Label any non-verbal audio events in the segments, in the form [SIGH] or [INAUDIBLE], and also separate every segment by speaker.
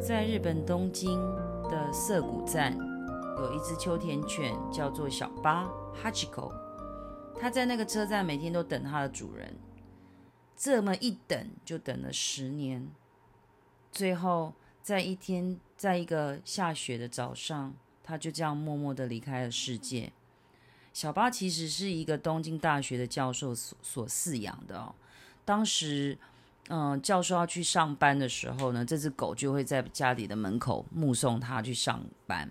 Speaker 1: 在日本东京的涩谷站，有一只秋田犬叫做小巴 （Hachiko），它在那个车站每天都等它的主人，这么一等就等了十年。最后，在一天，在一个下雪的早上，它就这样默默的离开了世界。小巴其实是一个东京大学的教授所所饲养的哦。当时，嗯、教授要去上班的时候呢，这只狗就会在家里的门口目送他去上班。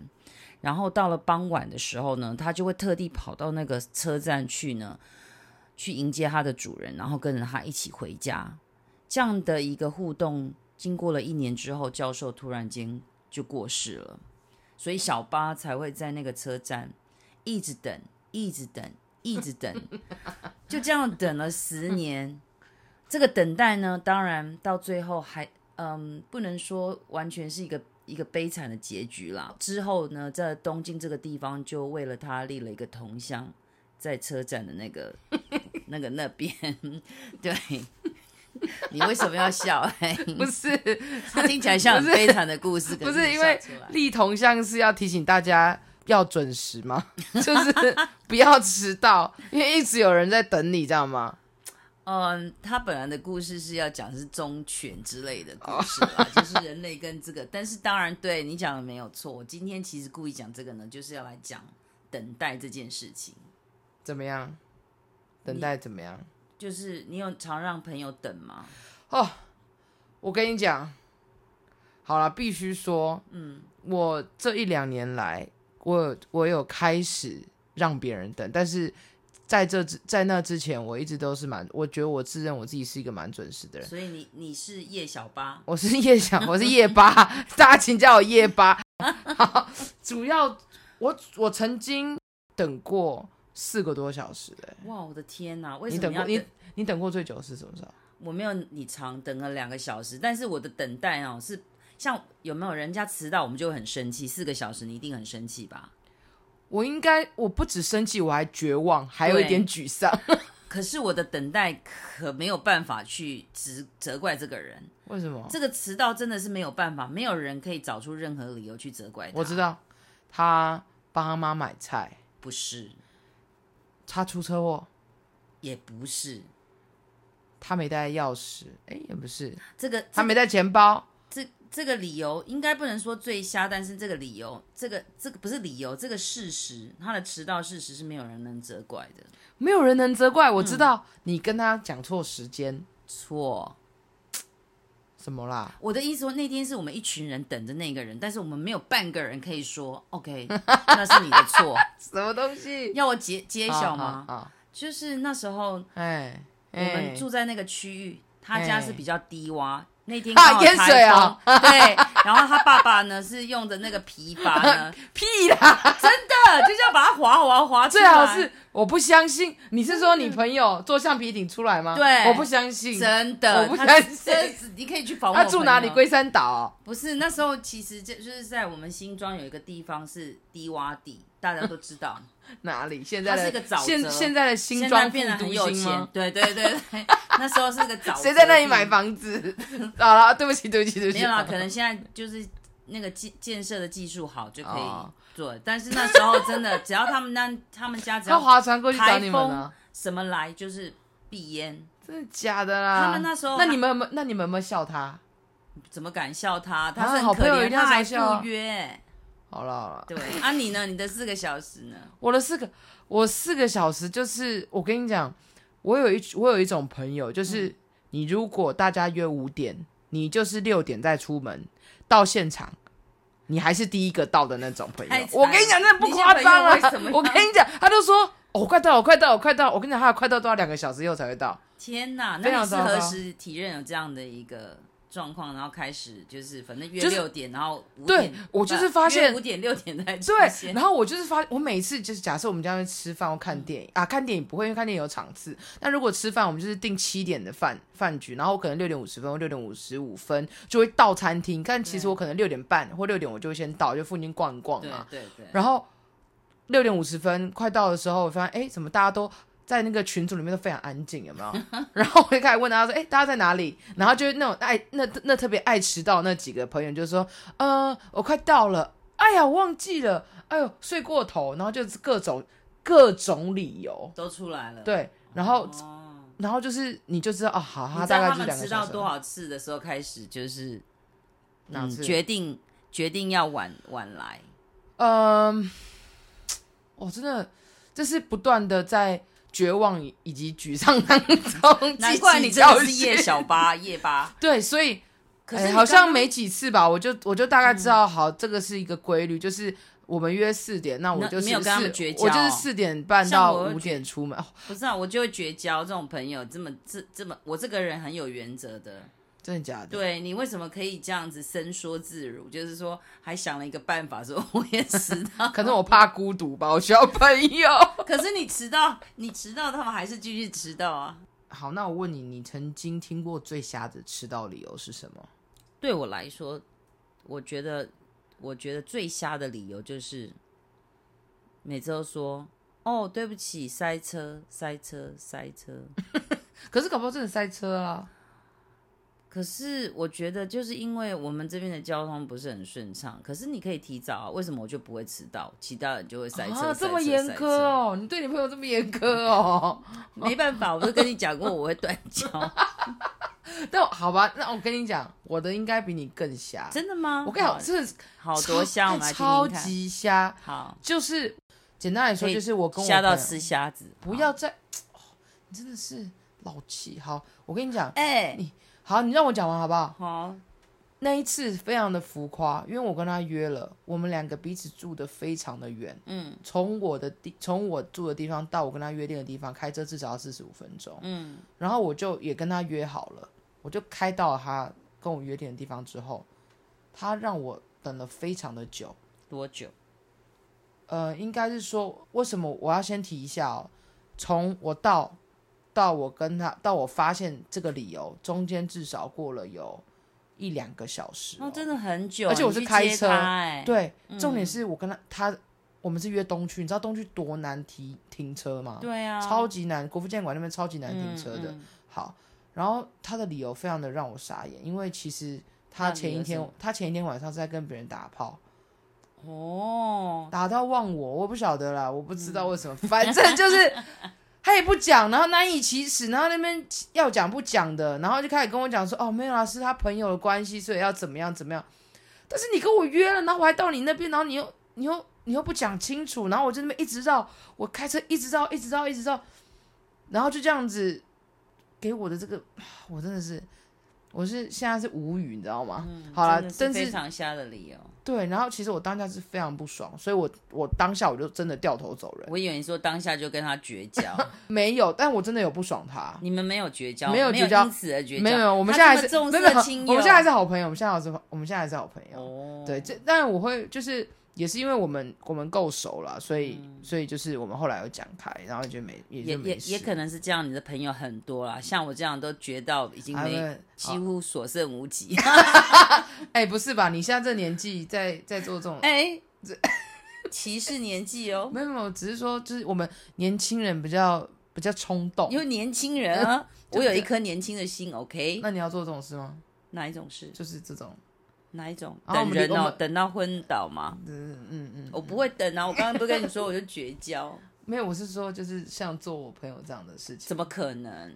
Speaker 1: 然后到了傍晚的时候呢，它就会特地跑到那个车站去呢，去迎接它的主人，然后跟着它一起回家。这样的一个互动，经过了一年之后，教授突然间就过世了，所以小巴才会在那个车站一直等，一直等，一直等， [LAUGHS] 就这样等了十年。这个等待呢，当然到最后还，嗯，不能说完全是一个一个悲惨的结局啦。之后呢，在东京这个地方就为了他立了一个铜像，在车站的那个 [LAUGHS] 那个那边。 [LAUGHS] 对，你为什么要笑？哎，
Speaker 2: [LAUGHS]
Speaker 1: [LAUGHS]
Speaker 2: 不是，
Speaker 1: 它听起来像很悲惨的故事，可
Speaker 2: 不是
Speaker 1: 你
Speaker 2: 因为
Speaker 1: 笑出来
Speaker 2: 立铜像是要提醒大家要准时吗？ [LAUGHS] 就是不要迟到，因为一直有人在等你，知道吗？
Speaker 1: 嗯，他本来的故事是要讲是忠犬之类的故事
Speaker 2: 哦
Speaker 1: 啦，就是人类跟这个，但是当然对你讲的没有错。我今天其实故意讲这个呢，就是要来讲等待这件事情。
Speaker 2: 怎么样？等待怎么样？
Speaker 1: 就是你有常让朋友等吗？
Speaker 2: 哦，我跟你讲，好了，必须说，嗯，我这一两年来，我我有开始让别人等，但是在这之在那之前，我一直都是蛮，我觉得我自认我自己是一个蛮准时的人。
Speaker 1: 所以你你是叶小八，
Speaker 2: 我是夜想，我是夜八，大家请叫我夜八。好，主要我我曾经等过四个多小时的、
Speaker 1: 哇，我的天哪！为
Speaker 2: 你
Speaker 1: 什么
Speaker 2: 等
Speaker 1: 要
Speaker 2: 过你你等过最久是什么时候？
Speaker 1: 我没有你长，等了两个小时，但是我的等待哦是像有没有人家迟到，我们就会很生气。四个小时你一定很生气吧？
Speaker 2: 我应该我不止生气，我还绝望，还有一点沮丧。
Speaker 1: 可是我的等待可没有办法去责责怪这个人，
Speaker 2: 为什么？
Speaker 1: 这个迟到真的是没有办法，没有人可以找出任何理由去责怪他。
Speaker 2: 我知道他帮他妈买菜，
Speaker 1: 不是，
Speaker 2: 他出车祸，
Speaker 1: 也不是，
Speaker 2: 他没带钥匙，哎、也不是，
Speaker 1: 这个
Speaker 2: 他没带钱包，
Speaker 1: 这这个理由应该不能说最瞎，但是这个理由，这个这个不是理由，这个事实，他的迟到事实是没有人能责怪的。
Speaker 2: 没有人能责怪。我
Speaker 1: 嗯
Speaker 2: 知道、你跟他讲错时间
Speaker 1: 错，
Speaker 2: 什么啦，
Speaker 1: 我的意思说那天是我们一群人等着那个人，但是我们没有半个人可以说 OK，那是你的
Speaker 2: [LAUGHS]
Speaker 1: 错。
Speaker 2: 什么东西？
Speaker 1: 要我揭揭晓吗？
Speaker 2: 啊，
Speaker 1: 就是那时候
Speaker 2: 哎、
Speaker 1: 我
Speaker 2: 哎
Speaker 1: 们住在那个区域，他家是比较低洼。那天
Speaker 2: 啊
Speaker 1: 刚好
Speaker 2: 淹
Speaker 1: 台
Speaker 2: 水啊
Speaker 1: 风， [LAUGHS] 对，然后他爸爸呢是用的那个皮筏呢，
Speaker 2: [LAUGHS] 屁啦，
Speaker 1: 真的就是要把它划划划出
Speaker 2: 最
Speaker 1: 来，
Speaker 2: 好是我不相信。你是说你朋友做橡皮艇出来吗？
Speaker 1: 对
Speaker 2: 我不相信。
Speaker 1: 真的，
Speaker 2: 我不
Speaker 1: 他
Speaker 2: 相信
Speaker 1: 真是你可以去访问
Speaker 2: 他
Speaker 1: 我
Speaker 2: 住
Speaker 1: 朋
Speaker 2: 哪里？
Speaker 1: 友
Speaker 2: 龟山岛哦、
Speaker 1: 不是那时候，其实这就是在我们新庄有一个地方是低洼地，大家都知道，
Speaker 2: 哪里？现在的
Speaker 1: 它是个沼泽
Speaker 2: 现现在的 [LAUGHS] 新
Speaker 1: 现
Speaker 2: 庄
Speaker 1: 在
Speaker 2: 复
Speaker 1: 变得很
Speaker 2: 都
Speaker 1: 有
Speaker 2: 心
Speaker 1: 钱
Speaker 2: 吗。？
Speaker 1: 对对对对，那时候是个沼。
Speaker 2: 谁在那里买？
Speaker 1: [LAUGHS]
Speaker 2: 房子？好了，对不起，对不起，对不
Speaker 1: 没
Speaker 2: 起。
Speaker 1: 有啦，可能现在就是那个建建设的技术好就可
Speaker 2: 哦
Speaker 1: 以做，但是那时候真的，只要他们那他们家只
Speaker 2: 他
Speaker 1: 要
Speaker 2: 划船过去找你们了，
Speaker 1: 什么来就是必淹，
Speaker 2: 真的假的啦？
Speaker 1: 他们那时候
Speaker 2: 那你们有没有？那你们有没有笑他？
Speaker 1: 怎么敢笑他？他是
Speaker 2: 啊好
Speaker 1: 很可
Speaker 2: 朋友
Speaker 1: 怜，
Speaker 2: 一定要
Speaker 1: 他还
Speaker 2: 嘲笑啊
Speaker 1: 赴约。
Speaker 2: 好了好了，
Speaker 1: 对，啊你呢？你的四个小时呢？
Speaker 2: 我的四个，我四个小时就是我跟你讲，我有一我有一种朋友，
Speaker 1: 嗯
Speaker 2: 就是、你如果大家约五点，你就是六点再出门到现场。你还是第一个到的那种朋友
Speaker 1: 太惨，了
Speaker 2: 我跟你讲，真的不夸
Speaker 1: 你是
Speaker 2: 张
Speaker 1: 朋友为什
Speaker 2: 啊
Speaker 1: 么！要
Speaker 2: 我跟你讲，他就说：“哦，我快到了，我快到了，我快到了。”我跟你讲，他的快到都要两个小时以后才会到。
Speaker 1: 天呐，
Speaker 2: 非
Speaker 1: 那
Speaker 2: 常
Speaker 1: 你是
Speaker 2: 糟糕
Speaker 1: 何时体认有这样的一个状况，然后开始就是反正约
Speaker 2: 就是
Speaker 1: 六点，然后五
Speaker 2: 对
Speaker 1: 点，
Speaker 2: 我就是发现
Speaker 1: 五点六点才出
Speaker 2: 对，
Speaker 1: 现
Speaker 2: 然后我就是发，我每次就是假设我们家会吃饭或看电影、
Speaker 1: 嗯
Speaker 2: 啊，看电影不会，因为看电影有场次。但如果吃饭，我们就是定七点的饭饭局，然后我可能六点五十分或六点五十五分就会到餐厅。但其实
Speaker 1: 对
Speaker 2: 我可能六点半或六点我就会先到，就附近逛一逛
Speaker 1: 对
Speaker 2: 啊。
Speaker 1: 对对，
Speaker 2: 然后六点五十分快到的时候，我发现哎，诶怎么大家都在那个群组里面都非常安静，有没 [LAUGHS] 有？然后我就开始问大家说：“哎、大家在哪里？”然后就是那种爱那那特别爱迟到那几个朋友就说：“呃，我快到了，哎呀，我忘记了，哎呦，睡过头。”然后就是各种各种理由，
Speaker 1: 都出来了。，
Speaker 2: 对，然后
Speaker 1: 哦，
Speaker 2: 然后就是你就知道哦，好，
Speaker 1: 你知
Speaker 2: 大
Speaker 1: 道
Speaker 2: 概
Speaker 1: 他
Speaker 2: 就
Speaker 1: 们
Speaker 2: 两个
Speaker 1: 迟到
Speaker 2: 小时
Speaker 1: 多少次的时候开始就是
Speaker 2: 哪
Speaker 1: 嗯
Speaker 2: 次
Speaker 1: 决定决定要晚晚来，
Speaker 2: 嗯，我哦真的这是不断的在绝望以及沮丧当中
Speaker 1: 难
Speaker 2: 汲
Speaker 1: 怪
Speaker 2: 取
Speaker 1: 你真
Speaker 2: 教
Speaker 1: 的是
Speaker 2: 训
Speaker 1: 夜小八夜八。
Speaker 2: 对，所以
Speaker 1: 可是
Speaker 2: 哎
Speaker 1: 你
Speaker 2: 好
Speaker 1: 刚嗯
Speaker 2: 像
Speaker 1: 刚
Speaker 2: 没几次吧，我就我就大概知道，好，这个是一个规律，就是我们约四点，那我
Speaker 1: 那
Speaker 2: 就
Speaker 1: 你
Speaker 2: 是
Speaker 1: 没有跟他们
Speaker 2: 四
Speaker 1: 绝
Speaker 2: 我
Speaker 1: 交
Speaker 2: 就是
Speaker 1: 哦
Speaker 2: 四点半
Speaker 1: 像
Speaker 2: 到
Speaker 1: 我会
Speaker 2: 五
Speaker 1: 觉
Speaker 2: 点出门，哦
Speaker 1: 不是啊，我就会绝交。这种朋友这么这这么，我这个人很有原则的。
Speaker 2: 真的假的？
Speaker 1: 对你为什么可以这样子伸缩自如？就是说，还想了一个办法，说 [LAUGHS] 我也迟到。
Speaker 2: 可能我怕孤独吧，我需要朋友。 [LAUGHS]
Speaker 1: 可是你迟到，你迟到，他们还是继续迟到啊。
Speaker 2: 好，那我问你，你曾经听过最瞎的迟到理由是什么？
Speaker 1: 对我来说，我觉得，我觉得最瞎的理由就是，每次都说哦，对不起，塞车，塞车，塞车。
Speaker 2: 可是搞不好真的塞车啊！
Speaker 1: 可是我觉得，就是因为我们这边的交通不是很顺畅，可是你可以提早啊，为什么我就不会迟到？其他人就会塞车，
Speaker 2: 啊，
Speaker 1: 塞
Speaker 2: 这么
Speaker 1: 车
Speaker 2: 严
Speaker 1: 塞
Speaker 2: 苛
Speaker 1: 车
Speaker 2: 哦！你对你朋友这么严苛哦？ [LAUGHS]
Speaker 1: 没办法，我都跟你讲过我会断交，
Speaker 2: 但我好吧，那我跟你讲，我的应该比你更瞎。
Speaker 1: 真的吗？
Speaker 2: [LAUGHS] 我跟你讲，真的是
Speaker 1: 好好多虾，我
Speaker 2: 超
Speaker 1: 们来听
Speaker 2: 超
Speaker 1: 听看。
Speaker 2: 级瞎，
Speaker 1: 好，
Speaker 2: 就是简单来说，
Speaker 1: 可以
Speaker 2: 就是我跟我
Speaker 1: 虾到
Speaker 2: 朋友
Speaker 1: 吃虾子，
Speaker 2: 不要再，哦你真的是老气。好，我跟你讲，
Speaker 1: 哎，
Speaker 2: 好，你让我讲完好不好？
Speaker 1: 好，
Speaker 2: 那一次非常的浮夸，因为我跟他约了，我们两个彼此住的非常的远，
Speaker 1: 嗯
Speaker 2: 从我的地，从我住的地方到我跟他约定的地方，开车至少要四十五分钟。
Speaker 1: 嗯，
Speaker 2: 然后我就也跟他约好了，我就开到了他跟我约定的地方之后，他让我等了非常的久。
Speaker 1: 多久？
Speaker 2: 呃，应该是说，为什么我要先提一下哦？从我到到我跟他到我发现这个理由，中间至少过了有一两个小时、
Speaker 1: 哦，真的很久，
Speaker 2: 而且我是
Speaker 1: 你去
Speaker 2: 开
Speaker 1: 接
Speaker 2: 车
Speaker 1: 他哎，
Speaker 2: 对，重点是我跟他他我们是约东区，你知道东区多难停停车吗？
Speaker 1: 对啊，
Speaker 2: 超级难，国父纪念馆那边超级难停
Speaker 1: 嗯
Speaker 2: 车的。
Speaker 1: 嗯
Speaker 2: 好，然后他的理由非常的让我傻眼，因为其实
Speaker 1: 他
Speaker 2: 他
Speaker 1: 的理
Speaker 2: 前一
Speaker 1: 由是
Speaker 2: 天
Speaker 1: 什么
Speaker 2: 他前一天晚上是在跟别人打炮，
Speaker 1: 嗯哦，嗯
Speaker 2: 打到忘我，我不晓得啦，我不知道为什么，反正就是
Speaker 1: [LAUGHS]
Speaker 2: 他也不讲，然后难以启齿，然后那边要讲不讲的，然后就开始跟我讲说，哦，没有啦，是他朋友的关系，所以要怎么样怎么样。但是你跟我约了，然后我还到你那边，然后你又你又你又不讲清楚，然后我就那边一直绕，我开车一直绕，一直绕，一直绕，然后就这样子给我的这个，我真的是。我是现在是无语，你知道吗？好啦
Speaker 1: 嗯真的，是
Speaker 2: 但
Speaker 1: 非
Speaker 2: 是
Speaker 1: 常瞎的理由。
Speaker 2: 对，然后其实我当下是非常不爽，所以我我当下我就真的掉头走人，
Speaker 1: 我以为你说当下就跟他绝
Speaker 2: [LAUGHS]
Speaker 1: 交，
Speaker 2: 没有，但我真的有不爽他，
Speaker 1: 你们没有绝交，
Speaker 2: 没有
Speaker 1: 有
Speaker 2: 绝交
Speaker 1: 因此而绝交，
Speaker 2: 没有，没有我们
Speaker 1: 他
Speaker 2: 现在
Speaker 1: 这
Speaker 2: 还
Speaker 1: 么重
Speaker 2: 是没
Speaker 1: 色
Speaker 2: 有，没有
Speaker 1: 轻友
Speaker 2: 我们现在还是好朋友，我们现在还是我们现在还是好朋友，
Speaker 1: 哦，
Speaker 2: 对，这但我会就是也是因为我们我们够熟了，所以、所以就是我们后来有讲开，然后就没
Speaker 1: 嗯也
Speaker 2: 也就
Speaker 1: 也
Speaker 2: 没事
Speaker 1: 也可能是这样，你的朋友很多啦，像我这样都觉到已经
Speaker 2: 啊
Speaker 1: 没、
Speaker 2: 对啊
Speaker 1: 几乎所剩无几。
Speaker 2: 哎、不是吧？你现在这年纪在在做这种。
Speaker 1: 哎，歧视年纪哦，
Speaker 2: 没有没有，只是说就是我们年轻人比较比较冲动
Speaker 1: 因。为年轻人啊，
Speaker 2: 对
Speaker 1: 我有一颗年轻的心，OK？
Speaker 2: 那你要做这种事吗？
Speaker 1: 哪一种是
Speaker 2: 就是这种，
Speaker 1: 哪一种？
Speaker 2: 啊我
Speaker 1: 等
Speaker 2: 们
Speaker 1: 人
Speaker 2: 我
Speaker 1: 哦，
Speaker 2: 们
Speaker 1: 等到昏倒吗？
Speaker 2: 嗯嗯嗯，
Speaker 1: 我不会等啊，我刚刚不是跟你说我就绝
Speaker 2: [LAUGHS]
Speaker 1: 交，
Speaker 2: 没有，我是说就是像做我朋友这样的事情。
Speaker 1: 怎么可能？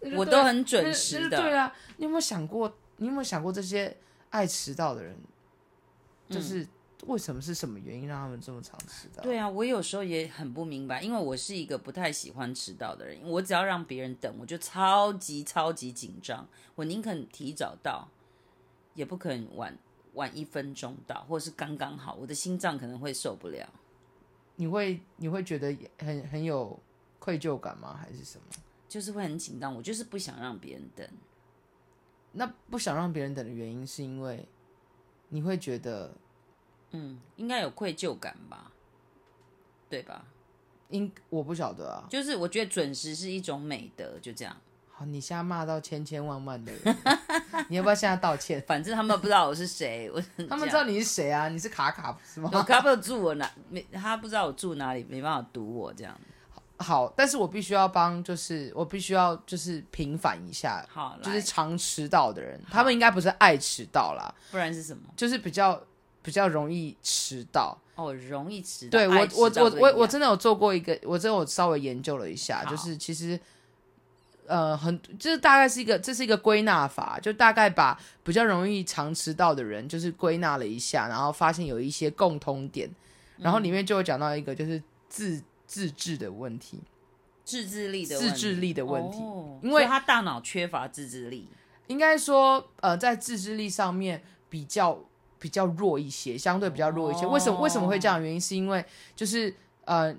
Speaker 2: 那就
Speaker 1: 我
Speaker 2: 对啊
Speaker 1: 都很
Speaker 2: 那
Speaker 1: 准
Speaker 2: 就那
Speaker 1: 时
Speaker 2: 就
Speaker 1: 的
Speaker 2: 对。啊，你有没有想过？你有没有想过这些爱迟到的人，就是为什么是什么原因让他们这么常迟到？
Speaker 1: 对啊，我有时候也很不明白，因为我是一个不太喜欢迟到的人，我只要让别人等，我就超级超级紧张，我宁肯提早到，也不肯晚晚一分钟到，或是刚刚好，我的心脏可能会受不了。
Speaker 2: 你会你会觉得很很有愧疚感吗？还是什么？
Speaker 1: 就是会很紧张，我就是不想让别人等。
Speaker 2: 那不想让别人等的原因是因为你会觉得
Speaker 1: 嗯，应该有愧疚感吧，对吧？
Speaker 2: 应我不晓得啊。
Speaker 1: 就是我觉得准时是一种美德，就这样。
Speaker 2: 好，你现在骂到千千万万的人， [LAUGHS] 你要不要现在道歉？
Speaker 1: 反正他们不知道我是谁，我 [LAUGHS]
Speaker 2: 他们
Speaker 1: 这
Speaker 2: 知道
Speaker 1: 样
Speaker 2: 你是谁啊？你是卡卡不是吗？
Speaker 1: 有 cover 住我哪没，他不知道我住哪里，没办法堵我这样。
Speaker 2: 好，但是我必须要帮，就是我必须要就是平反一下，
Speaker 1: 好，
Speaker 2: 就
Speaker 1: 来
Speaker 2: 是常迟到的人，
Speaker 1: 好
Speaker 2: 他们应该不是爱迟到啦，
Speaker 1: 不然是什么？
Speaker 2: 就是比较比较容易迟到。
Speaker 1: 哦，容易迟到。
Speaker 2: 对我
Speaker 1: 爱迟
Speaker 2: 我
Speaker 1: 到
Speaker 2: 我
Speaker 1: 不一
Speaker 2: 我
Speaker 1: 样
Speaker 2: 我真的有做过一个，我真的有稍微研究了一下，
Speaker 1: 好
Speaker 2: 就是其实。呃，很，这大概是一个，这是一个归纳法，就大概把比较容易常迟到的人，就是归纳了一下，然后发现有一些共通点，然后里面就有讲到一个就是自自制的问题，
Speaker 1: 自制力的
Speaker 2: 自
Speaker 1: 问
Speaker 2: 制
Speaker 1: 题
Speaker 2: 力的问题
Speaker 1: 哦
Speaker 2: 因
Speaker 1: 所以
Speaker 2: 为
Speaker 1: 他大脑缺乏自制力。
Speaker 2: 应该说，呃，在自制力上面比较比较弱一些，相对比较弱一些。为什么为什么会这样？原因是因为就是呃，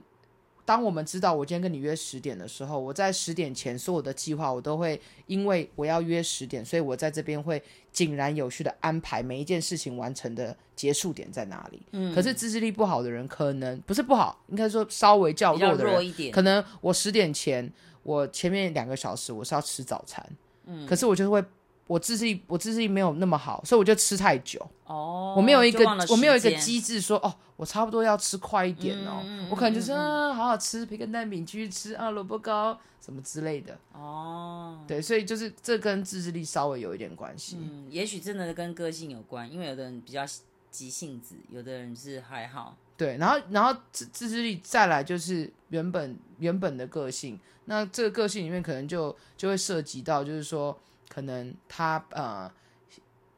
Speaker 2: 当我们知道我今天跟你约十点的时候，我在十点前所有的计划，我都会因为我要约十点，所以我在这边会井然有序的安排每一件事情完成的结束点在哪里。
Speaker 1: 嗯
Speaker 2: 可是自制力不好的人，可能不是不好，应该说稍微较
Speaker 1: 比较
Speaker 2: 弱的人
Speaker 1: 弱，一点，
Speaker 2: 可能我十点前，我前面两个小时我是要吃早餐，嗯，可是我就会我自制力我自制力没有那么好，所以我就吃太久，
Speaker 1: 哦，
Speaker 2: 我没有一个
Speaker 1: 就忘了
Speaker 2: 我没有一个
Speaker 1: 时间
Speaker 2: 机制说哦，我差不多要吃快一点哦，
Speaker 1: 嗯嗯嗯
Speaker 2: 我可能就是、
Speaker 1: 嗯
Speaker 2: 啊、好好吃培根蛋饼，继续吃啊萝卜糕什么之类的，
Speaker 1: 哦，
Speaker 2: 对，所以就是这跟自制力稍微有一点关系，
Speaker 1: 嗯，也许真的跟个性有关，因为有的人比较急性子，有的人是还好。
Speaker 2: 对，然后然后自自制力再来就是原本原本的个性，那这个个性里面可能就就会涉及到，就是说可能他呃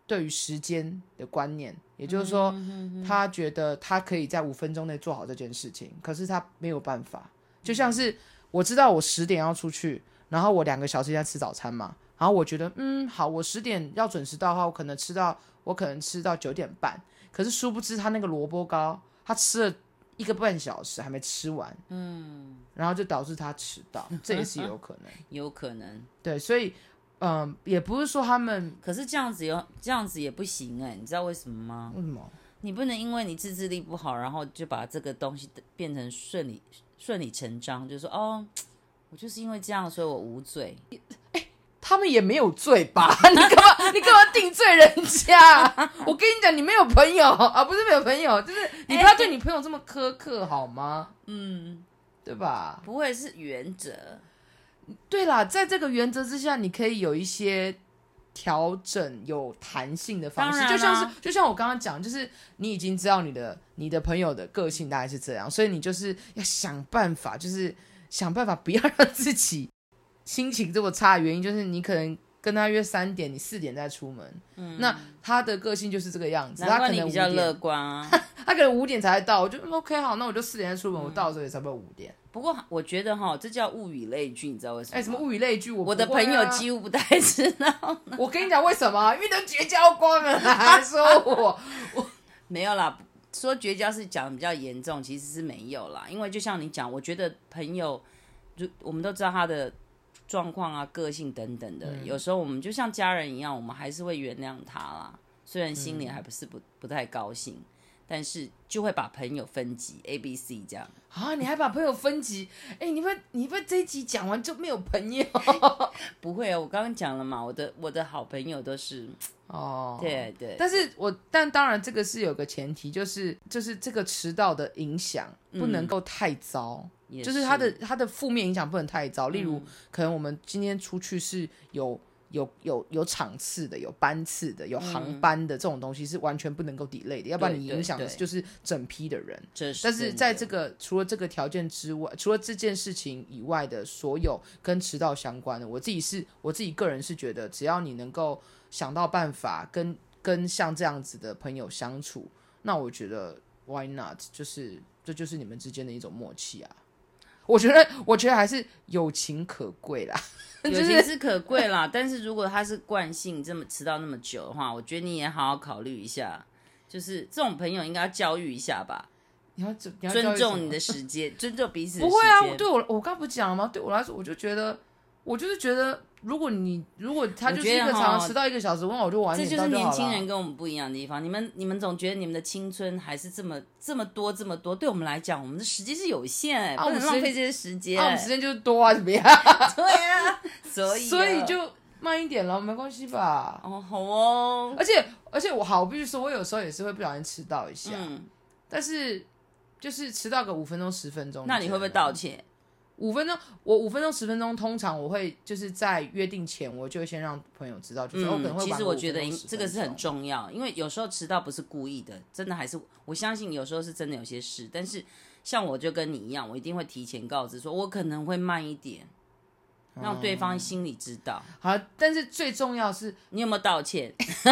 Speaker 2: 对于时间的观念，也就是说、他觉得他可以在五分钟内做好这件事情，可是他没有办法，就像是我知道我十点要出去，然后我两个小时在吃早餐嘛，然后我觉得嗯好，我十点要准时到的话，我可能吃到我可能吃到九点半。可是殊不知他那个萝卜糕，他吃了一个半小时还没吃完，嗯，然后就导致他迟到，这也是有可能。
Speaker 1: 有可能，
Speaker 2: 对，所以嗯、也不是说他们
Speaker 1: 可是这样子有这样子也不行哎、你知道为什么吗？
Speaker 2: 为什么
Speaker 1: 你不能因为你自制力不好，然后就把这个东西变成顺理顺理成章，就说哦，我就是因为这样，所以我无罪。
Speaker 2: 他们也没有罪吧？ [LAUGHS] 你干嘛你干嘛定罪人家？我跟你讲，你没有朋友啊，不是没有朋友，就是你不要对你朋友这么苛刻好吗？
Speaker 1: 嗯，
Speaker 2: 对吧？
Speaker 1: 不会是原则，
Speaker 2: 对啦，在这个原则之下，你可以有一些调整有弹性的方
Speaker 1: 当
Speaker 2: 式，
Speaker 1: 然啊
Speaker 2: 就像
Speaker 1: 啦
Speaker 2: 是就像我刚刚讲，就是你已经知道你的你的朋友的个性大概是这样，所以你就是要想办法，就是想办法不要让自己 [LAUGHS] 心情这么差。原因就是你可能跟他约三点，你四点再出门，嗯，那他的个性就是这个样子，
Speaker 1: 难
Speaker 2: 他
Speaker 1: 怪
Speaker 2: 可
Speaker 1: 你
Speaker 2: 能
Speaker 1: 比
Speaker 2: 五
Speaker 1: 较乐
Speaker 2: 点，
Speaker 1: 观啊。
Speaker 2: 他可能五点才到，我就嗯 OK 好，那我就四点再出门，
Speaker 1: 嗯
Speaker 2: 我到的时候也差不多五点。
Speaker 1: [LAUGHS] 不过我觉得哈，这叫物以类聚，你知道为什么
Speaker 2: 哎、
Speaker 1: 吗？
Speaker 2: 什么物以类聚？我
Speaker 1: 我的
Speaker 2: 不会
Speaker 1: 朋
Speaker 2: 啊
Speaker 1: 友几乎不太知道， [LAUGHS]
Speaker 2: 我跟你讲为什么？因为都绝交光了，还说我
Speaker 1: 没有啦。说绝交是讲比较严重，其实是没有啦。因为就像你讲，我觉得朋友，如我们都知道他的状况啊、个性等等的，
Speaker 2: 嗯
Speaker 1: 有时候我们就像家人一样，我们还是会原谅他啦。虽然心
Speaker 2: 嗯
Speaker 1: 里还不是不不太高兴，但是就会把朋友分级 A、B、C 这样。
Speaker 2: 啊！你还把朋友分级？哎、你们你们这一集讲完就没有朋友
Speaker 1: 不会啊，我刚刚讲了嘛，我的我的好朋友都是
Speaker 2: 哦。，
Speaker 1: 对对，
Speaker 2: 但是我但当然这个是有个前提，就是就是这个迟到的影响不能够太糟，
Speaker 1: 嗯也嗯
Speaker 2: 就是它的它的负面影响不能太糟。例如，可能我们今天出去是有。有有有场次的，有班次的，有航班的这种东西是完全不能够 delay 的，要不
Speaker 1: 嗯
Speaker 2: 然
Speaker 1: 对
Speaker 2: 你
Speaker 1: 对
Speaker 2: 影响的
Speaker 1: 对
Speaker 2: 就是整批的人。
Speaker 1: 这是
Speaker 2: 但
Speaker 1: 真
Speaker 2: 是
Speaker 1: 的
Speaker 2: 在这个除了这个条件之外，除了这件事情以外的所有跟迟到相关的，我自己是我自己个人是觉得，只要你能够想到办法跟跟像这样子的朋友相处，那我觉得 why not？就是这就是你们之间的一种默契啊。我觉得，我觉得还是友情可贵啦。
Speaker 1: [LAUGHS] 友情是可贵啦，但是如果他是惯性这么迟到那么久的话，我觉得你也好好考虑一下，就是这种朋友应该要教育一下吧，
Speaker 2: 你要尊你要
Speaker 1: 尊
Speaker 2: 教育什
Speaker 1: 重
Speaker 2: 么
Speaker 1: 你的时间，尊重彼此的
Speaker 2: 不会啊，
Speaker 1: 时间
Speaker 2: 我对我我刚不讲了吗？对我来说，我就觉得，我就是觉得，如果你如果他
Speaker 1: 我
Speaker 2: 就是
Speaker 1: 觉
Speaker 2: 一
Speaker 1: 得
Speaker 2: 个常
Speaker 1: 哈
Speaker 2: 常迟到一个小时，那我就晚
Speaker 1: 这
Speaker 2: 点
Speaker 1: 就
Speaker 2: 到
Speaker 1: 是
Speaker 2: 好
Speaker 1: 年
Speaker 2: 了。
Speaker 1: 轻人跟我们不一样的地方。你们你们总觉得你们的青春还是这么这么多这么多，对我们来讲，我们的时间是有限、欸
Speaker 2: 啊
Speaker 1: 不
Speaker 2: 我们
Speaker 1: 能
Speaker 2: 时
Speaker 1: 浪
Speaker 2: 间
Speaker 1: 费这些时间。
Speaker 2: 那我们时间就是多啊，怎么样？
Speaker 1: [LAUGHS] 对啊，所以
Speaker 2: 所
Speaker 1: 所
Speaker 2: 以就慢一点了，没关系吧。
Speaker 1: 哦好哦，
Speaker 2: 而且而且我好，我必须说，我有时候也是会不小心迟到一下，
Speaker 1: 嗯，
Speaker 2: 但是就是迟到个五分钟十分钟，
Speaker 1: 那你会不会道？歉？
Speaker 2: 五分钟，我五分钟十分钟，通常我会就是在约定前，我就会先让朋友知道，就是、哦我可能
Speaker 1: 嗯
Speaker 2: 会
Speaker 1: 其
Speaker 2: 晚
Speaker 1: 实
Speaker 2: 个
Speaker 1: 我
Speaker 2: 5
Speaker 1: 觉得
Speaker 2: 分钟
Speaker 1: 应这个是很。重要，因为有时候迟到不是故意的，真的还是我相信有时候是真的有些事，但是像我就跟你一样，我一定会提前告知，说我可能会慢一点，让对
Speaker 2: 哦
Speaker 1: 方心里知道。
Speaker 2: 10分钟好，但是最重要是，
Speaker 1: 你有没有道歉？ [LAUGHS]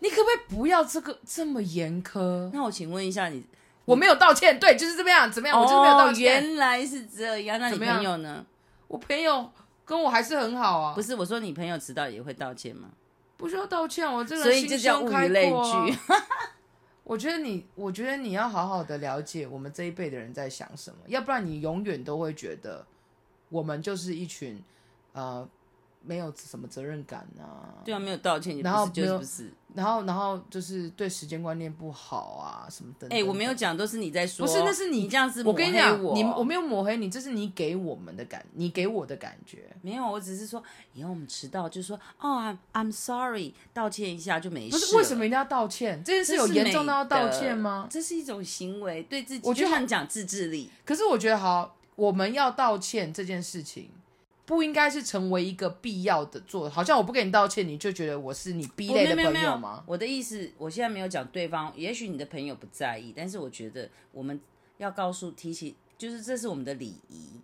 Speaker 2: 你可不可以不要这个这么严苛？
Speaker 1: 那我请问一下你，
Speaker 2: 我没有道歉，对，就是这么样，怎么样？哎我就是没有道
Speaker 1: 哦，
Speaker 2: 歉。
Speaker 1: 原来是这样。那你
Speaker 2: 怎么样
Speaker 1: 朋友呢？
Speaker 2: 我朋友跟我还是很好啊，
Speaker 1: 不是，我说你朋友迟到也会道歉吗？
Speaker 2: 不需要道歉，我这个
Speaker 1: 所
Speaker 2: 人
Speaker 1: 以这
Speaker 2: 心
Speaker 1: 叫
Speaker 2: 胸
Speaker 1: 物
Speaker 2: 开
Speaker 1: 以类
Speaker 2: 阔啊
Speaker 1: 聚。
Speaker 2: 我觉得你，我觉得你要好好的了解我们这一辈的人在想什么，要不然你永远都会觉得我们就是一群呃没有什么责任感
Speaker 1: [LAUGHS]
Speaker 2: 啊，
Speaker 1: 对啊，没有道歉，你
Speaker 2: 然后
Speaker 1: 不是就
Speaker 2: 没
Speaker 1: 是
Speaker 2: 有
Speaker 1: 不是。
Speaker 2: 然后然后就是对时间观念不好啊什么等
Speaker 1: 哎、
Speaker 2: 等
Speaker 1: 我没有
Speaker 2: 等
Speaker 1: 讲，都是你在说。
Speaker 2: 不是那是你
Speaker 1: 这样子
Speaker 2: 我
Speaker 1: 抹黑，
Speaker 2: 跟你讲，
Speaker 1: 我
Speaker 2: 你我没有抹黑你，这是你给我们的感，你给我的感觉。
Speaker 1: 没有，我只是说以后我们迟到就说哦，I'm I'm sorry，道歉一下就没事
Speaker 2: 不
Speaker 1: 了。
Speaker 2: 是为什么一定要道歉？这件
Speaker 1: 这
Speaker 2: 事
Speaker 1: 是
Speaker 2: 有严重
Speaker 1: 美
Speaker 2: 到要道
Speaker 1: 德
Speaker 2: 歉吗？
Speaker 1: 这是一种行为，对自己，
Speaker 2: 我觉得
Speaker 1: 就像讲自制力，
Speaker 2: 可是我觉得好，我们要道歉这件事情，不应该是成为一个必要的做，好像我不跟你道歉，你就觉得我是你逼
Speaker 1: 我
Speaker 2: 类
Speaker 1: 哦没
Speaker 2: 的
Speaker 1: 有没有
Speaker 2: 朋
Speaker 1: 没
Speaker 2: 友
Speaker 1: 有
Speaker 2: 吗？
Speaker 1: 我的意思，我现在没有讲对方，也许你的朋友不在意，但是我觉得我们要告诉提起，就是这是我们的礼仪，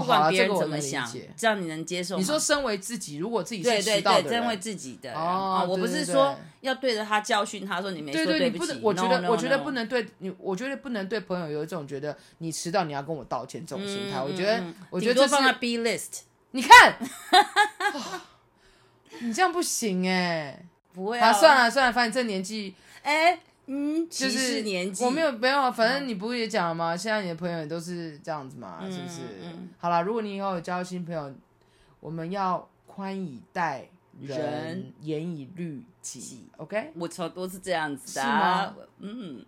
Speaker 1: 不
Speaker 2: 好
Speaker 1: 管
Speaker 2: 了，
Speaker 1: 别
Speaker 2: 这个
Speaker 1: 人
Speaker 2: 我
Speaker 1: 怎
Speaker 2: 能
Speaker 1: 么
Speaker 2: 理
Speaker 1: 想，
Speaker 2: 解。
Speaker 1: 这样你能接受吗？
Speaker 2: 你说，身为自己，如果自己
Speaker 1: 对
Speaker 2: 是
Speaker 1: 对
Speaker 2: 迟到
Speaker 1: 对，
Speaker 2: 的
Speaker 1: 针为
Speaker 2: 人，
Speaker 1: 自己的人
Speaker 2: 哦
Speaker 1: 啊我不
Speaker 2: 对
Speaker 1: 是
Speaker 2: 对
Speaker 1: 说
Speaker 2: 对
Speaker 1: 要对着他教训他说你没说
Speaker 2: 对，你
Speaker 1: 不
Speaker 2: 不
Speaker 1: 起
Speaker 2: 能，，我觉
Speaker 1: no,
Speaker 2: 得
Speaker 1: no,
Speaker 2: 我觉得
Speaker 1: no
Speaker 2: 不能对你，我觉得不能对朋友有一种觉得你迟到你要跟我道歉这种心
Speaker 1: 嗯
Speaker 2: 态。我觉得，我觉
Speaker 1: 顶
Speaker 2: 得
Speaker 1: 多
Speaker 2: 这
Speaker 1: 放在
Speaker 2: 是
Speaker 1: B list，
Speaker 2: 你看，
Speaker 1: [LAUGHS]
Speaker 2: 你这样不行哎。
Speaker 1: 不会
Speaker 2: 啊，算
Speaker 1: 了，
Speaker 2: 了算了，反正这年纪
Speaker 1: 哎，嗯，
Speaker 2: 就
Speaker 1: 歧
Speaker 2: 是
Speaker 1: 视年纪，
Speaker 2: 我没有没有，啊反正你不是也讲了吗？现在你的朋友也都是这样子嘛，是不是？
Speaker 1: 嗯
Speaker 2: 好啦，如果你以后有交新朋友，我们要宽以待人，
Speaker 1: 人
Speaker 2: 严以律己
Speaker 1: 己
Speaker 2: ，OK？
Speaker 1: 我超都是这样子的、
Speaker 2: 是吗
Speaker 1: 啊，嗯，